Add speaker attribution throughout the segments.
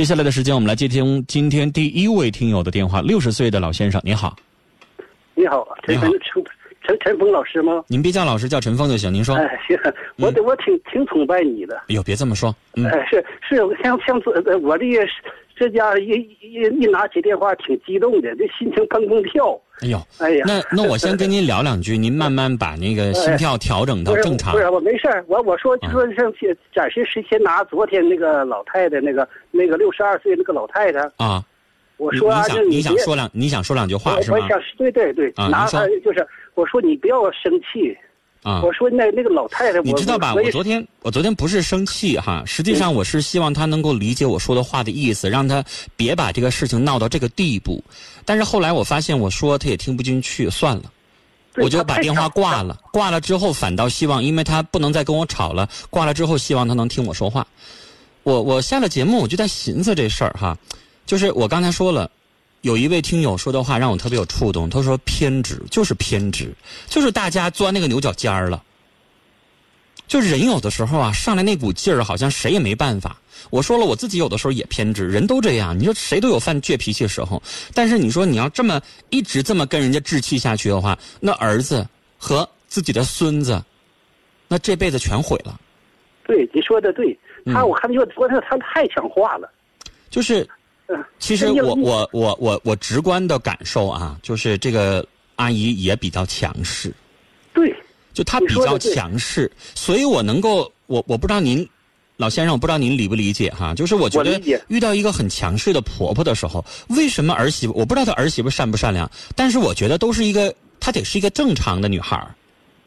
Speaker 1: 接下来的时间，我们来接听今天第一位听友的电话。六十岁的老先生，你好，
Speaker 2: 你好，陈
Speaker 1: 你好
Speaker 2: 陈陈陈陈峰老师吗？
Speaker 1: 您别叫老师，叫陈峰就行。您说，哎
Speaker 2: 哎，行，我得我挺挺崇拜你的。
Speaker 1: 呦，别这么说，嗯，
Speaker 2: 哎，是是，像像这呃我这这家一一一拿起电话挺激动的，这心情砰砰跳。
Speaker 1: 哎呦，
Speaker 2: 哎呀，
Speaker 1: 那那我先跟您聊两句，您慢慢把那个心跳调整到
Speaker 2: 不是
Speaker 1: 正常嗯
Speaker 2: 不。是我没事儿，我我说就说像先暂时谁先拿昨天那个老太太那个那个六十二岁那个老太太，
Speaker 1: 啊，
Speaker 2: 我
Speaker 1: 你
Speaker 2: 说啊，
Speaker 1: 你
Speaker 2: 就
Speaker 1: 想你想
Speaker 2: 别
Speaker 1: 说两你想说两句
Speaker 2: 我
Speaker 1: 话是
Speaker 2: 我
Speaker 1: 吗？
Speaker 2: 想对对对，
Speaker 1: 啊
Speaker 2: 拿
Speaker 1: 您说
Speaker 2: 她就是我说你不要生气，
Speaker 1: 啊，
Speaker 2: 我说那那个老太太，我
Speaker 1: 你知道吧？我
Speaker 2: 我嗯也
Speaker 1: 昨天我昨天不是生气哈，实际上我是希望他能够理解我说的话的意思，让他别把这个事情闹到这个地步。但是后来我发现我说他也听不进去，算了。
Speaker 2: 对
Speaker 1: 我就
Speaker 2: 她
Speaker 1: 把
Speaker 2: 太
Speaker 1: 电话
Speaker 2: 傻
Speaker 1: 挂了，挂了之后反倒希望，因为他不能再跟我吵了，挂了之后希望他能听我说话。我我下了节目，我就在寻思这事儿哈，就是我刚才说了，有一位听友说的话让我特别有触动，他说偏执就是偏执，就是大家钻那个牛角尖儿了。就人有的时候啊，上来那股劲儿，好像谁也没办法。我说了，我自己有的时候也偏执，人都这样。你说谁都有犯倔脾气的时候，但是你说你要这么一直这么跟人家置气下去的话，那儿子和自己的孙子，那这辈子全毁了。
Speaker 2: 对，你说的对，
Speaker 1: 嗯
Speaker 2: 他我看就昨天他太强化了，
Speaker 1: 就是
Speaker 2: 嗯，
Speaker 1: 其实我我我我我直观的感受啊，就是这个阿姨也比较强势，
Speaker 2: 对，
Speaker 1: 就她
Speaker 2: 你
Speaker 1: 比
Speaker 2: 说
Speaker 1: 较
Speaker 2: 得对
Speaker 1: 强势，所以我能够，我我不知道您。老先生，我不知道您理不理解哈，就是我觉
Speaker 2: 我
Speaker 1: 得
Speaker 2: 理解
Speaker 1: 遇到一个很强势的婆婆的时候，为什么儿媳妇我不知道她儿媳妇善不善良，但是我觉得都是一个，她得是一个正常的女孩儿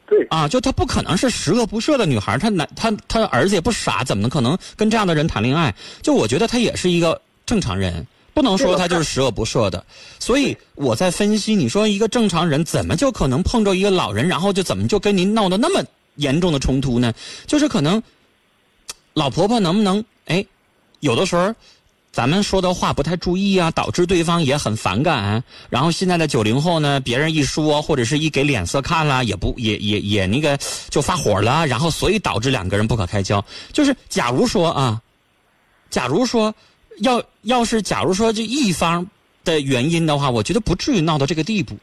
Speaker 2: 对，
Speaker 1: 啊，就她不可能是十恶不赦的女孩儿，她男她她儿子也不傻，怎么可能跟这样的人谈恋爱？就我觉得她也是一个正常人，不能说她就是十恶不赦的。所以我在分析，你说一个正常人怎么就可能碰着一个老人，然后就怎么就跟您闹得那么严重的冲突呢？就是可能老婆婆能不能哎，有的时候咱们说的话不太注意啊，导致对方也很反感。啊然后现在的九零后呢，别人一说或者是一给脸色看了，也不也也也那个就发火了，然后所以导致两个人不可开交。就是假如说啊，假如说要要是假如说这一方的原因的话，我觉得不至于闹到这个地步。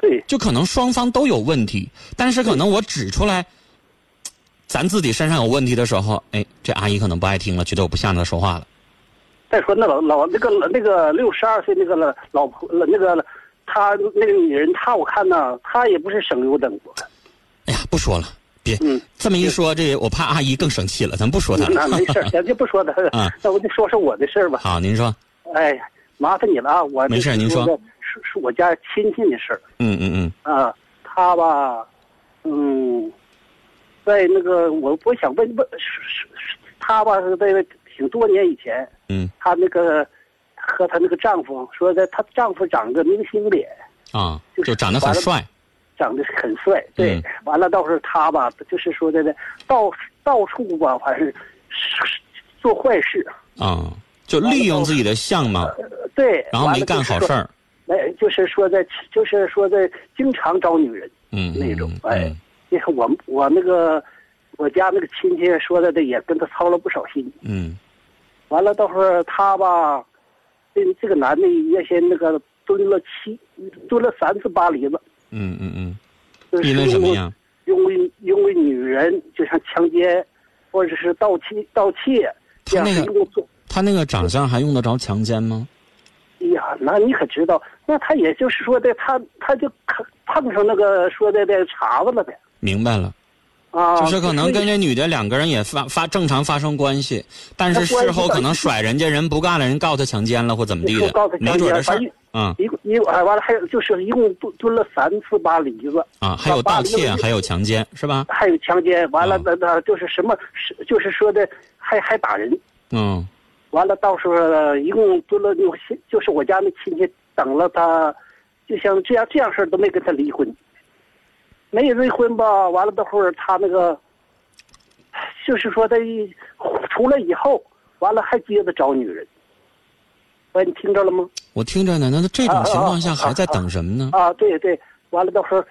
Speaker 2: 对，
Speaker 1: 就可能双方都有问题，但是可能我指出来，咱自己身上有问题的时候，哎，这阿姨可能不爱听了，觉得我不向着她说话了。
Speaker 2: 再说那老老那个那个六十二岁那个老老婆那个她那个女人，她我看呐，她也不是省油灯，
Speaker 1: 哎呀，不说了，别、
Speaker 2: 嗯
Speaker 1: 这么一说，这我怕阿姨更生气了，咱不说她
Speaker 2: 那
Speaker 1: 了。
Speaker 2: 没 事儿，咱就不说她了
Speaker 1: 啊，
Speaker 2: 那我就说说我的事儿吧。
Speaker 1: 好，您说，
Speaker 2: 哎，麻烦你了啊，我
Speaker 1: 没事儿您说
Speaker 2: 说是我家亲戚的事儿
Speaker 1: 嗯嗯嗯，
Speaker 2: 啊，他吧，嗯，在那个我我想问问，是是是他吧是在挺多年以前，
Speaker 1: 嗯
Speaker 2: 她那个和她那个丈夫说的，她丈夫长个明星脸，
Speaker 1: 啊，
Speaker 2: 就是
Speaker 1: 就长得很
Speaker 2: 完了
Speaker 1: 帅，
Speaker 2: 长得很帅。对，
Speaker 1: 嗯
Speaker 2: 完了到时候她吧，就是说的呢，到到处吧，反正是做坏事。
Speaker 1: 啊，就利用自己的相貌，
Speaker 2: 呃对，
Speaker 1: 然后
Speaker 2: 完
Speaker 1: 没
Speaker 2: 了就
Speaker 1: 干
Speaker 2: 是
Speaker 1: 好
Speaker 2: 说
Speaker 1: 事。儿，
Speaker 2: 哎，就是说的，就是说的，经常找女人。
Speaker 1: 嗯嗯
Speaker 2: 那种
Speaker 1: 嗯
Speaker 2: 哎
Speaker 1: 嗯
Speaker 2: 你看我我那个我家那个亲戚说的，也跟他操了不少心。
Speaker 1: 嗯
Speaker 2: 完了，到时候他吧，这这个男的也先那个蹲了七蹲了三次巴黎子。
Speaker 1: 嗯嗯嗯，
Speaker 2: 就是
Speaker 1: 因为什么呀？
Speaker 2: 因为因为女人就像强奸，或者是盗窃盗窃这样
Speaker 1: 他那个
Speaker 2: 一共做。
Speaker 1: 他那个长相还用得着强奸吗？
Speaker 2: 哎呀，那你可知道？那他也就是说的，他他就看碰上那个说的这个茬子了呗。
Speaker 1: 明白了。
Speaker 2: 啊，
Speaker 1: 就是可能跟
Speaker 2: 所以
Speaker 1: 这女的两个人也发发正常发生关系，但是事后可能甩人家人不干了，人告他强奸了或怎么地
Speaker 2: 就
Speaker 1: 的
Speaker 2: 告他，
Speaker 1: 没
Speaker 2: 强
Speaker 1: 准儿的
Speaker 2: 奸，
Speaker 1: 事儿
Speaker 2: 反正。
Speaker 1: 嗯
Speaker 2: 一共一共哎，完了还有就是一共蹲蹲了三次巴黎子
Speaker 1: 啊，还有盗窃，
Speaker 2: 把把那个
Speaker 1: 还有强奸，是吧？
Speaker 2: 还有强奸，完了
Speaker 1: 啊
Speaker 2: 那那就是什么是就是说的还还打人，
Speaker 1: 嗯
Speaker 2: 完了，到时候呃一共蹲了，我亲就是我家那亲戚等了他，就像这样这样事儿都没跟他离婚，没离婚吧？完了，到会儿他那个，就是说他一出来以后，完了还接着找女人。哎喂，你听着了吗？
Speaker 1: 我听着呢，那这种情况下还在等什么呢？
Speaker 2: 啊，对对，完了，到时候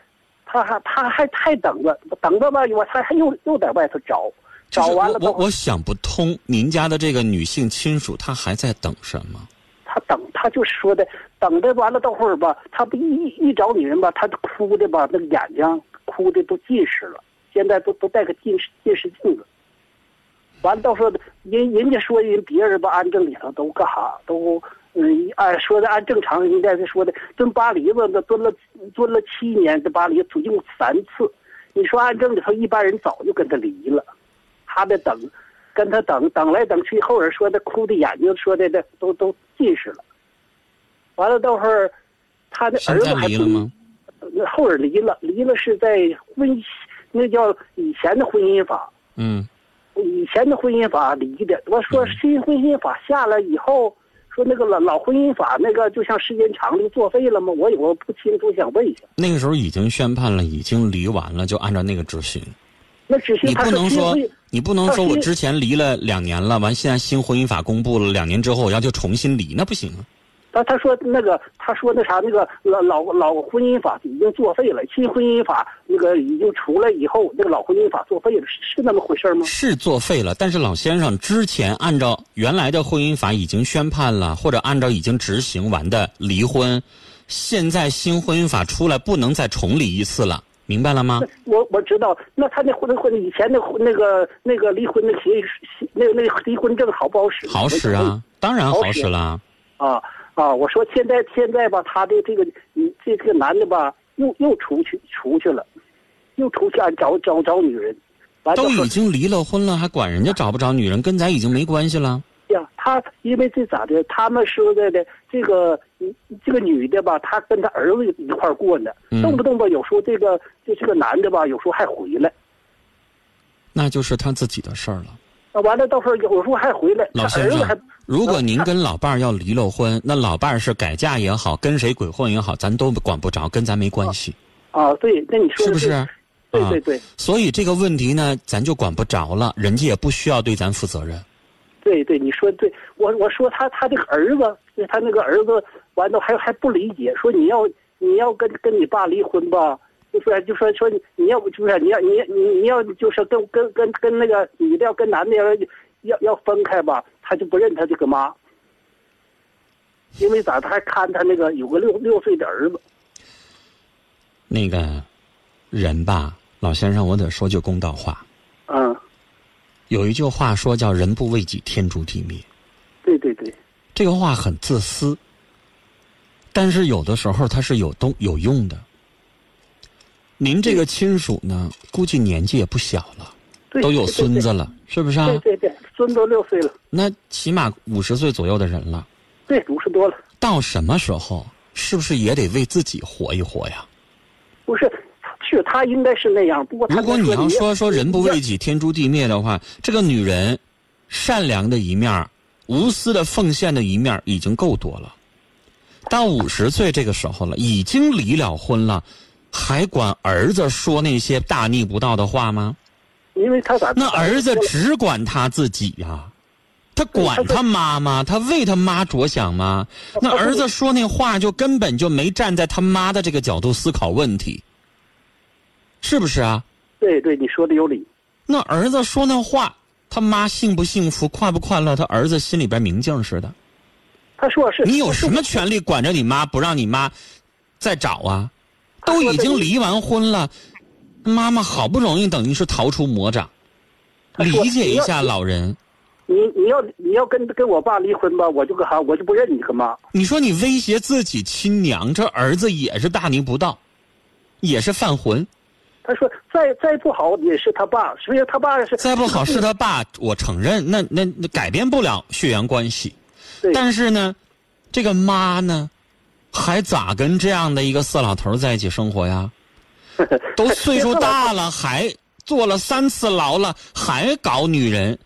Speaker 2: 他还他还还等着，等着吧，我他还又又在外头找，
Speaker 1: 就是
Speaker 2: 找完
Speaker 1: 我
Speaker 2: 了
Speaker 1: 我
Speaker 2: 都
Speaker 1: 我想不通，您家的这个女性亲属她还在等什么？
Speaker 2: 他等，他就是说的，等的完了到会儿吧，他不一一找女人吧，他哭的吧，那个眼睛哭的都近视了，现在都都戴个近视近视镜子。完了到时候人人家说人别人吧，按正理上都干啥都，嗯，按说的按正常人家是说的蹲巴黎子那蹲了蹲了七年，这巴黎总共三次，你说按正理头一般人早就跟他离了。他得等，跟他等等来等去，后人说的哭的眼睛说的这都都近视了。完了到会儿，他的
Speaker 1: 现
Speaker 2: 儿
Speaker 1: 在
Speaker 2: 子还
Speaker 1: 离了吗？
Speaker 2: 不后人离了，离了是在婚，那叫以前的婚姻法，
Speaker 1: 嗯，
Speaker 2: 以前的婚姻法离的。我说新婚姻法下来以后，说那个老老婚姻法那个就像时间长了就作废了吗？我我不清楚，想问一下。
Speaker 1: 那个时候已经宣判了，已经离完了，就按照那个执行。
Speaker 2: 那只是
Speaker 1: 你
Speaker 2: 他
Speaker 1: 不
Speaker 2: 是
Speaker 1: 能
Speaker 2: 新
Speaker 1: 说
Speaker 2: 婚
Speaker 1: 你不能说
Speaker 2: 他是
Speaker 1: 我之前离了两年了，完现在新婚姻法公布了，两年之后我要求重新离，那不行啊。
Speaker 2: 他他说那个，他说那啥，那个老老老婚姻法已经作废了，新婚姻法那个已经出来以后，那个老婚姻法作废了，是是那么回事吗？
Speaker 1: 是作废了，但是老先生之前按照原来的婚姻法已经宣判了，或者按照已经执行完的离婚，现在新婚姻法出来不能再重离一次了，明白了吗？
Speaker 2: 我我知道，那他那婚婚以前那婚那个那个离婚那协议，那那离婚证好不好使？
Speaker 1: 好使啊，当然好使啦。
Speaker 2: 啊啊！我说现在现在吧，他的这个你这这个男的吧，又又出去出去了，又出去啊找找找女人，完了
Speaker 1: 都
Speaker 2: 后
Speaker 1: 已经离了婚了，还管人家找不找女人，跟咱已经没关系了。
Speaker 2: 哎呀，他因为这咋的？他们说的的这个，嗯这个女的吧，她跟她儿子一块儿过呢，
Speaker 1: 嗯
Speaker 2: 动不动吧，有时候这个就这个男的吧，有时候还回来，
Speaker 1: 那就是他自己的事儿了。
Speaker 2: 啊完了到时候有时候还回来，他
Speaker 1: 老先
Speaker 2: 儿子还
Speaker 1: 生，如果您跟老伴儿要离了婚，那老伴儿是改嫁也好，跟谁鬼混也好，咱都管不着，跟咱没关系，
Speaker 2: 啊，对，那你说
Speaker 1: 哦是
Speaker 2: 的
Speaker 1: 不是？啊
Speaker 2: 对？对对对
Speaker 1: 所以这个问题呢，咱就管不着了，人家也不需要对咱负责任。
Speaker 2: 对对，你说的对，我我说他他这个儿子，他那个儿子完了还还不理解，说你要你要跟跟你爸离婚吧。就说就说说你你要不就是你要你你你要就是跟跟跟跟那个女的要跟男的要要要分开吧，他就不认他这个妈，因为咋他还看他那个有个六六岁的儿子，
Speaker 1: 那个人吧，老先生，我得说句公道话，
Speaker 2: 嗯，
Speaker 1: 有一句话说叫“人不为己，天诛地灭”。
Speaker 2: 对对对，
Speaker 1: 这个话很自私，但是有的时候它是有动有用的。您这个亲属呢，估计年纪也不小了，
Speaker 2: 对
Speaker 1: 都有孙子，了，是不是啊
Speaker 2: 对？对对，对孙子都六岁了，
Speaker 1: 那起码五十岁左右的人了，
Speaker 2: 对五十多了。
Speaker 1: 到什么时候是不是也得为自己活一活呀？
Speaker 2: 不是，是他应该是那样。不过他
Speaker 1: 如果你要说说人不为己，天诛地灭的话，这个女人善良的一面儿、无私的奉献的一面儿已经够多了。到五十岁这个时候了，已经离了婚了，还管儿子说那些大逆不道的话吗？
Speaker 2: 因为他咋
Speaker 1: 那儿子只管他自己呀、他管他妈妈，他为他妈着想吗？那儿子说那话就根本就没站在他妈的这个角度思考问题，是不是啊？
Speaker 2: 对对，你说的有理。
Speaker 1: 那儿子说那话，他妈幸不幸福、快不快乐，他儿子心里边明镜似的。
Speaker 2: 他说是
Speaker 1: 你有什么权利管着你妈，不让你妈再找啊？都已经离完婚了，妈妈好不容易等于是逃出魔掌，
Speaker 2: 他说
Speaker 1: 理解一下老人。
Speaker 2: 你你要你要跟跟我爸离婚吧，我就干啥，我就不认你个妈。
Speaker 1: 你说你威胁自己亲娘，这儿子也是大逆不道，也是犯浑。
Speaker 2: 他说再再不好也是他爸，所以他爸是
Speaker 1: 再不好是他爸，我承认，那那那改变不了血缘关系。
Speaker 2: 对
Speaker 1: 但是呢，这个妈呢，还咋跟这样的一个色老头在一起生活呀？都岁 数大了，还坐了三次牢了，还搞女人，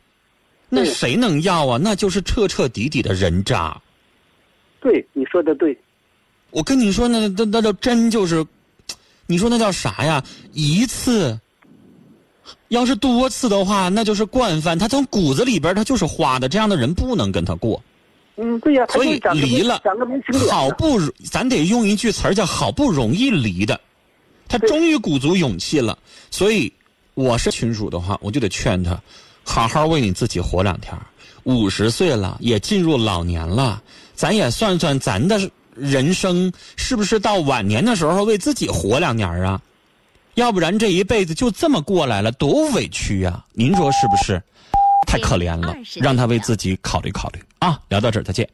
Speaker 1: 那
Speaker 2: 对
Speaker 1: 谁能要啊？那就是彻彻底底的人渣。
Speaker 2: 对你说的对，
Speaker 1: 我跟你说，那那那叫真就是，你说那叫啥呀？一次，要是多次的话，那就是惯犯。他从骨子里边他就是花的，这样的人不能跟他过。
Speaker 2: 嗯对呀、他
Speaker 1: 所
Speaker 2: 就
Speaker 1: 以
Speaker 2: 长
Speaker 1: 离了
Speaker 2: 长个没情脸。
Speaker 1: 好不容，咱得用一句词儿叫“好不容易离的”，他
Speaker 2: 对
Speaker 1: 终于鼓足勇气了。所以，我是群主的话，我就得劝他，好好为你自己活两天儿。五十岁了，也进入老年了，咱也算算咱的人生是不是到晚年的时候为自己活两年儿啊？要不然这一辈子就这么过来了，多委屈呀、您说是不是？太可怜了
Speaker 3: 二十，
Speaker 1: 让他为
Speaker 3: 秒
Speaker 1: 自己考虑考虑啊！聊到这儿，再见。